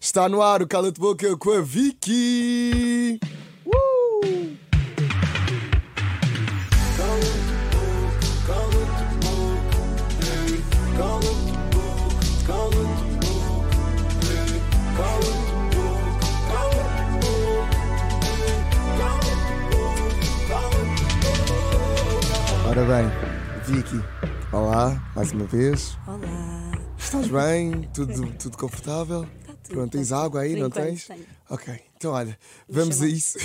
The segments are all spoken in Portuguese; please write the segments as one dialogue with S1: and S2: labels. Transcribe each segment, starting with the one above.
S1: Está no ar o Cala-te Boca com a Vicky. Uh! Ora bem, Vicky, olá mais uma vez.
S2: Olá.
S1: Estás bem? Tudo, tudo confortável?
S2: Está Tá tudo
S1: Pronto, tens
S2: bem.
S1: água aí,
S2: Por
S1: não
S2: enquanto
S1: tens?
S2: tenho.
S1: Ok, então olha, vamos a
S2: chamar.
S1: isso.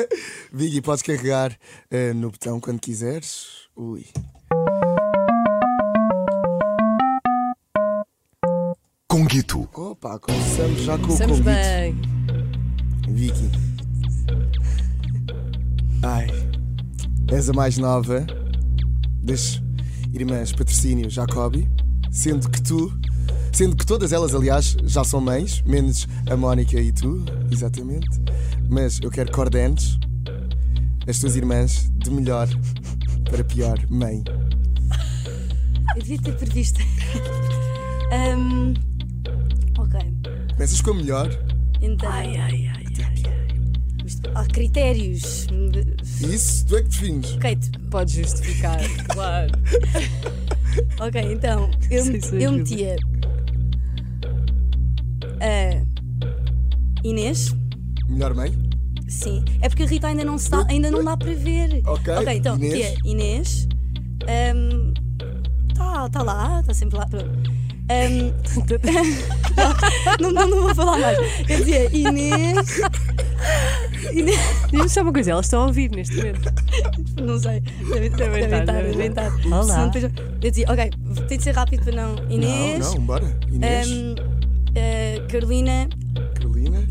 S1: Vicky, podes carregar eh, no botão quando quiseres. Ui.
S3: Conguito.
S1: Opa, começamos já com
S2: Estamos
S1: o convite.
S2: bem.
S1: Vicky. Ai, és a mais nova das irmãs Patrocínio Jacobi, sendo que tu, sendo que todas elas, aliás, já são mães, menos a Mónica e tu, exatamente. Mas eu quero que ordenes as tuas irmãs de melhor para pior mãe.
S2: Eu devia ter previsto. Hum, ok.
S1: Começas com a melhor.
S2: Então. Ai, ai, ai. Há critérios. de-
S1: Isso, tu é que defines.
S2: Ok, tu-
S4: Pode justificar, claro.
S2: ok, então. Eu,
S4: Sem ser
S2: eu
S4: ajuda.
S2: metia. A ah, Inês.
S1: Melhor mãe?
S2: Sim. É porque a Rita ainda não, se dá, ainda não dá para ver.
S1: Ok,
S2: então,
S1: Inês.
S2: tia Inês. Hum, tá, tá lá, tá sempre lá. Pronto. Hum, não, não, não vou falar mais. Eu dizia Inês. Inês.
S4: Diz-me só uma coisa, elas estão a ouvir neste momento.
S2: Não sei. Deve
S4: Devem estar, devem
S2: devem
S4: estar.
S2: estar.
S4: tá, Olá.
S2: Se não esteja- Eu dizia, ok, tem de ser rápido para não. Inês.
S1: Não, não, bora. Inês,
S2: hum, eh, Carolina.
S1: Carolina,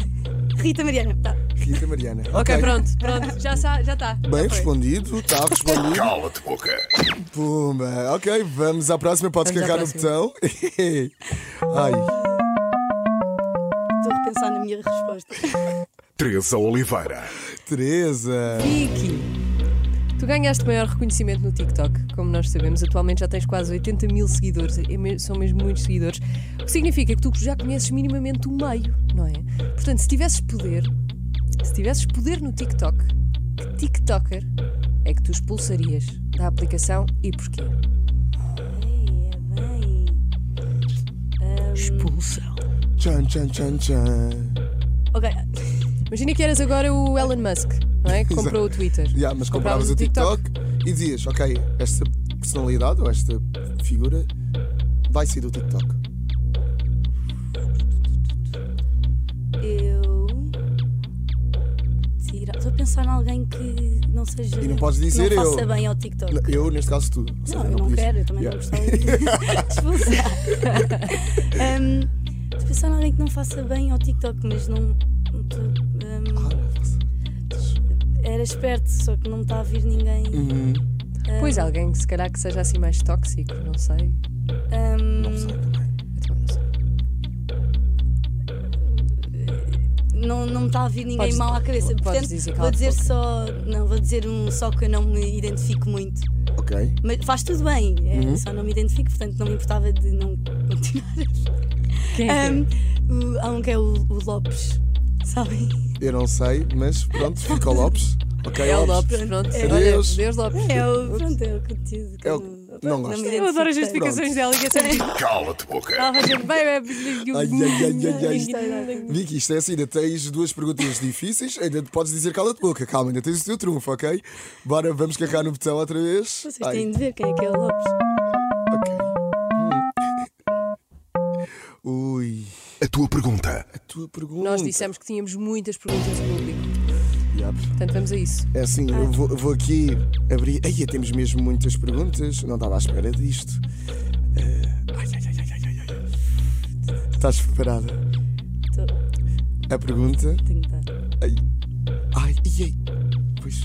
S2: Rita Mariana. Tá.
S1: Rita Mariana.
S4: Ok, pronto, pronto, já está. Já tá.
S1: Bem respondido, está respondido.
S3: Cala-te boca.
S1: Pumba. Ok, vamos à próxima. Podes
S4: Vamos à
S1: carregar no botão. Ai,
S2: Estou a repensar na minha resposta.
S3: Teresa Oliveira.
S1: Teresa.
S4: Vicky, tu ganhaste maior reconhecimento no TikTok, como nós sabemos. Atualmente já tens quase 80 mil seguidores, é me- são mesmo muitos seguidores. O que significa que tu já conheces minimamente o meio, não é? Portanto, se tivesses poder, se tivesses poder no TikTok, que TikToker é que tu expulsarias da aplicação e porquê?
S2: Ei, é bem. Hum,
S4: Expulsão.
S1: Tchan, tchan, tchan, tchan.
S2: ok.
S4: Imagina que eras agora o Elon Musk, não é? Que comprou o Twitter.
S1: Yeah, mas compravas
S4: Compravas
S1: o TikTok, e dizias: Ok, esta personalidade ou esta figura vai sair do TikTok.
S2: Eu. Tira... Estou a pensar em alguém que não seja.
S1: E não podes dizer
S2: que não faça
S1: eu.
S2: bem ao TikTok.
S1: N- Eu, neste caso, tu. Ou seja,
S2: Não, eu não
S1: podias-
S2: quero, eu também
S1: Yeah.
S2: não gostava de expulsar. Hum, Estou a pensar em alguém que não faça bem ao TikTok, mas não. não tô- hum,
S1: Ah, não faço.
S2: era esperto, só que não me está a vir ninguém.
S1: Uhum.
S4: Pois é. alguém que se calhar que seja assim mais tóxico, não sei.
S2: Hum,
S1: Não sei também.
S4: Eu também não sei.
S2: não, não me está a vir ninguém
S4: Podes-
S2: mal à cabeça.
S4: podes
S2: Portanto,
S4: dizer
S2: vou
S4: cala-te
S2: dizer
S4: boca.
S2: só. Não, vou dizer um só que eu não me identifico muito.
S1: Ok.
S2: Mas faz tudo bem, é,
S4: Uhum.
S2: só não me identifico, portanto não me importava de não continuar.
S4: Quem é que é?
S2: Um, o- há um que é o, o Lopes, sabem?
S1: Eu não sei, mas pronto, fica o Lopes. Ok,
S4: É o
S1: Lopes.
S4: Lopes, pronto.
S2: É.
S4: Olha,
S1: Adeus.
S4: Deus Lopes.
S2: É o, pronto, é o conteúdo que
S1: É o-
S2: eu
S1: não
S2: pronto,
S1: gosto.
S2: me
S1: Eu
S4: Eu adoro as
S2: identifiquei.
S4: justificações dela e é sempre.
S3: Cala-te boca.
S4: Estava sempre. Vai, vai, vai,
S1: Ai, ai, ai, ai, ai.
S2: Isto-
S1: Vicky, isto é assim, ainda tens duas perguntas difíceis, ainda te podes dizer cala-te boca, calma, ainda tens o teu trunfo, ok? Bora, vamos carregar no botão outra vez.
S2: Vocês
S1: Ai,
S2: têm de ver quem é que é o Lopes.
S1: ok. Hum. Ui,
S3: A tua pergunta.
S1: a tua pergunta.
S4: Nós dissemos que tínhamos muitas perguntas do público.
S1: Yep.
S4: Portanto, vamos a isso.
S1: É assim, eu vou, eu vou aqui abrir. Aí temos mesmo muitas perguntas, não estava à espera disto. Eh, ai, ai, ai, ai, ai, ai, ai. Estás preparada?
S2: Tô-
S1: A pergunta
S2: tenho de dar.
S1: Ai, ai, ai, ai. Pois.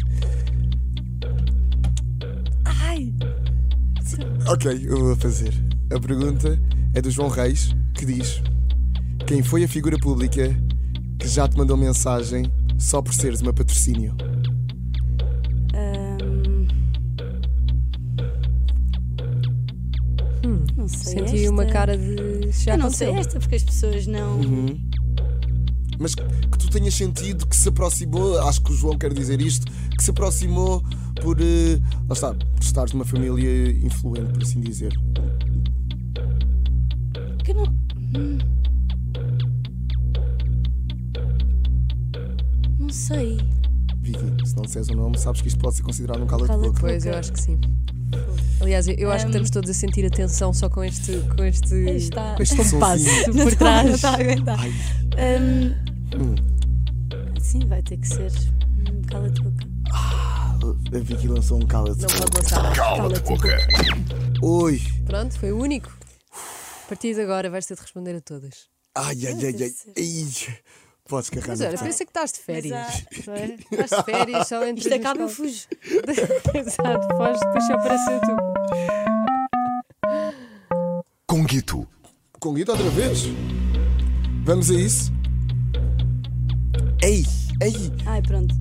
S2: Ai!
S1: Ok, eu vou fazer. A pergunta é do João Reis, que diz: Quem foi a figura pública que já te mandou mensagem só por seres uma patrocínio?
S2: hum, não sei.
S4: Senti
S2: esta.
S4: uma cara de. Já
S2: Eu não é-
S4: aconteceu. Uhum.
S2: sei esta porque as pessoas não.
S1: mas que, que tu tenhas sentido que se aproximou, acho que o João quer dizer isto, que se aproximou por, eh, lá está, por estares numa família influente, por assim dizer.
S2: Que eu não. Hum. Não sei.
S1: Vivi, se não disseres o nome, sabes que isto pode ser considerado um cala de
S2: Cala-te
S1: boca.
S4: Pois, eu acho que sim. Aliás, eu eu acho que estamos todos a sentir a tensão só com este. Com este...
S2: Aí está.
S1: Este sonzinho.
S4: por
S2: Não está-
S4: trás.
S2: Não está a aguentar.
S1: Ai,
S2: Hum, Sim, vai ter que ser. Hum, Cala-te boca.
S1: a Vicky lançou um cala de
S4: Não
S1: boca.
S4: pode lançar mais.
S3: Cala-te boca.
S1: Oi!
S4: Pronto, foi o único. A partir de agora vais ter de responder a todas.
S1: Ai, ai, ai, ai. ai. Podes carregar.
S4: Mas
S1: no
S4: olha,
S1: botão.
S4: pensa que estás de férias.
S2: Mas, ah,
S4: Estás de férias, só entre
S2: é. Isto acaba, eu fujo.
S4: Exato, foge, depois só apareceu tu.
S3: Conguito.
S1: Com Guido outra vez? Vamos a isso? Ei! Ei!
S2: Ai, pronto.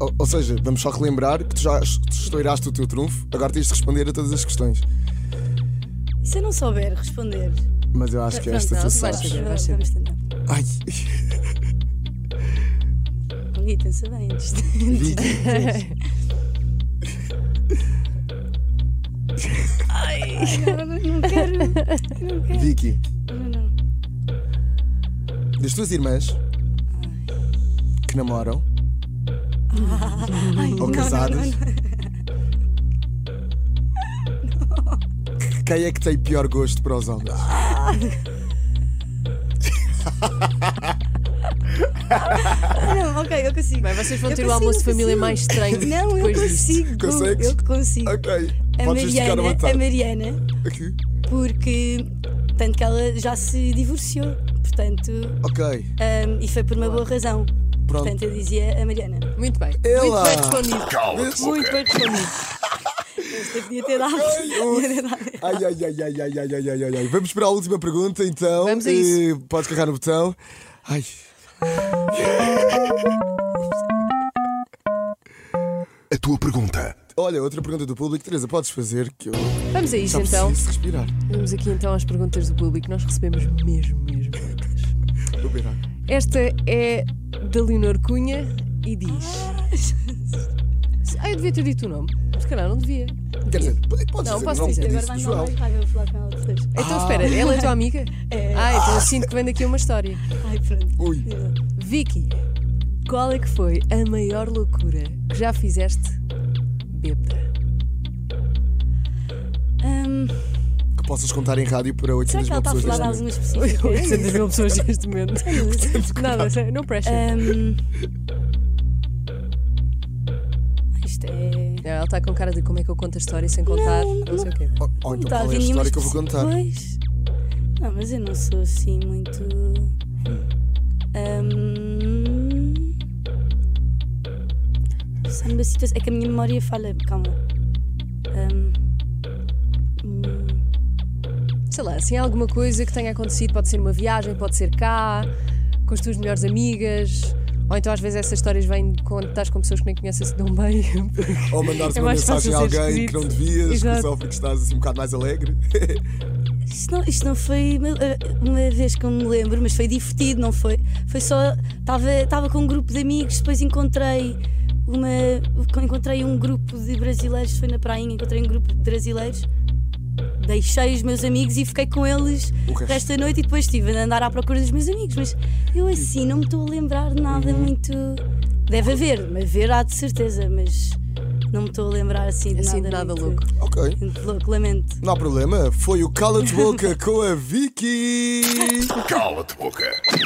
S1: Ou, ou seja, vamos só relembrar que tu já es- estouraste o teu trunfo, agora tens de responder a todas as questões.
S2: E se eu não souber responder?
S1: Mas eu acho que
S2: Pronto,
S1: esta
S2: não,
S1: tu
S2: vais
S1: sabes.
S2: saber,
S4: Vais
S2: Vamos,
S4: saber.
S2: vamos tentar.
S1: Ai!
S2: Ninguém pensa bem antes de- antes de dizer. Ai, não, não quero. Não quero.
S1: Vicky,
S2: Não, não.
S1: das tuas irmãs que namoram
S2: Ai,
S1: ou
S2: não,
S1: casadas,
S2: não, não, não.
S1: quem é que tem pior gosto para os homens?
S2: Ah, Não, ok, eu consigo.
S4: Bem, vocês vão
S2: Eu
S4: ter o
S2: consigo,
S4: almoço de
S2: eu
S4: família
S2: consigo.
S4: mais estranho.
S2: Não, eu
S4: depois disso.
S2: consigo.
S1: Consegues?
S2: Eu consigo.
S1: Ok,
S2: A
S1: podes justificar
S2: Mariana,
S1: à
S2: a
S1: vontade.
S2: Mariana,
S1: Aqui.
S2: porque tanto que ela já se divorciou, portanto,
S1: Ok,
S2: hum, e foi por uma boa razão.
S1: Pronto.
S2: Portanto, eu dizia a Mariana.
S4: Muito bem.
S1: Ela!
S4: Muito bem respondido.
S3: Cala-te
S4: Muito
S3: boca.
S4: bem respondido.
S2: Eu podia ter dado. podia ter dado.
S1: Ai, ai, ai, ai, ai, ai, ai, ai, ai, ai. Vamos para a última pergunta, então.
S4: Vamos a
S1: Eh,
S4: isso.
S1: Podes carregar no botão. Ai.
S3: A tua pergunta.
S1: Olha, outra pergunta do público. Teresa, podes fazer que eu
S4: Vamos a
S1: já
S4: isso
S1: preciso
S4: então.
S1: respirar.
S4: Vamos aqui então às perguntas do público. Nós recebemos mesmo, mesmo muitas.
S1: Vou beber água.
S4: Esta é da Leonor Cunha e diz. Ah, eu devia ter dito o nome. Mas calhar não devia.
S1: Quer dizer, pode- podes
S4: Não,
S1: dizer,
S4: posso
S1: não
S4: dizer,
S1: disse
S2: Agora vai
S1: do
S2: me
S1: João.
S2: dar raiva eu falar com ela depois.
S4: Então espera, ela é tua amiga?
S2: É.
S4: Ah, então sinto que vem daqui uma história.
S2: Ai, pronto.
S1: Ui.
S4: Vicky, qual é que foi a maior loucura que já fizeste bêbada?
S2: Hum,
S1: Que possas contar em rádio para
S2: será
S1: 800
S2: que ela
S1: mil
S2: está a
S1: pessoas
S2: falar
S1: neste
S2: de
S1: momento.
S2: alguma específica?
S4: mil pessoas neste momento. Nada, sério, no pressure.
S2: Hum. Isto é.
S4: Não, ela está com cara de como é que eu conto a história sem contar, não, sei o quê.
S1: Ou, ou então
S2: Tá,
S1: qual é
S2: vi
S1: a
S2: nenhuma
S1: história que eu vou
S2: especi-
S1: contar?
S2: Pois. Não, Ah, mas eu não sou assim muito. Hum. Só numa situação. É que a minha memória falha. Calma. Hum. Hum.
S4: Sei lá, assim, alguma coisa que tenha acontecido, pode ser uma viagem, pode ser cá, com as tuas melhores amigas. Ou então às vezes essas histórias vêm quando estás com pessoas que nem conheces assim tão bem.
S1: Ou mandares
S4: É
S1: uma
S4: mais fácil
S1: mensagem a
S4: ser
S1: alguém que
S4: esquisito.
S1: não devias, que
S4: Exato.
S1: só porque estás assim um bocado mais alegre.
S2: Isto não, isto não foi uma, uma vez que eu me lembro, mas foi divertido, não foi? Foi só. Estava com um grupo de amigos, depois encontrei uma. Encontrei um grupo de brasileiros, foi na prainha, encontrei um grupo de brasileiros, deixei os meus amigos e fiquei com eles
S1: O
S2: o
S1: resto.
S2: resto da noite e depois estive a andar à procura dos meus amigos, mas eu assim não me estou a lembrar de nada muito. Deve haver, mas haver há de certeza, mas não me estou a lembrar assim de
S4: Assim,
S2: nada.
S4: nada
S2: muito-
S4: louco.
S1: ok.
S2: muito louco, lamento.
S1: Não há problema. Foi o Cala-te Boca com a Vicky.
S3: Cala-te boca.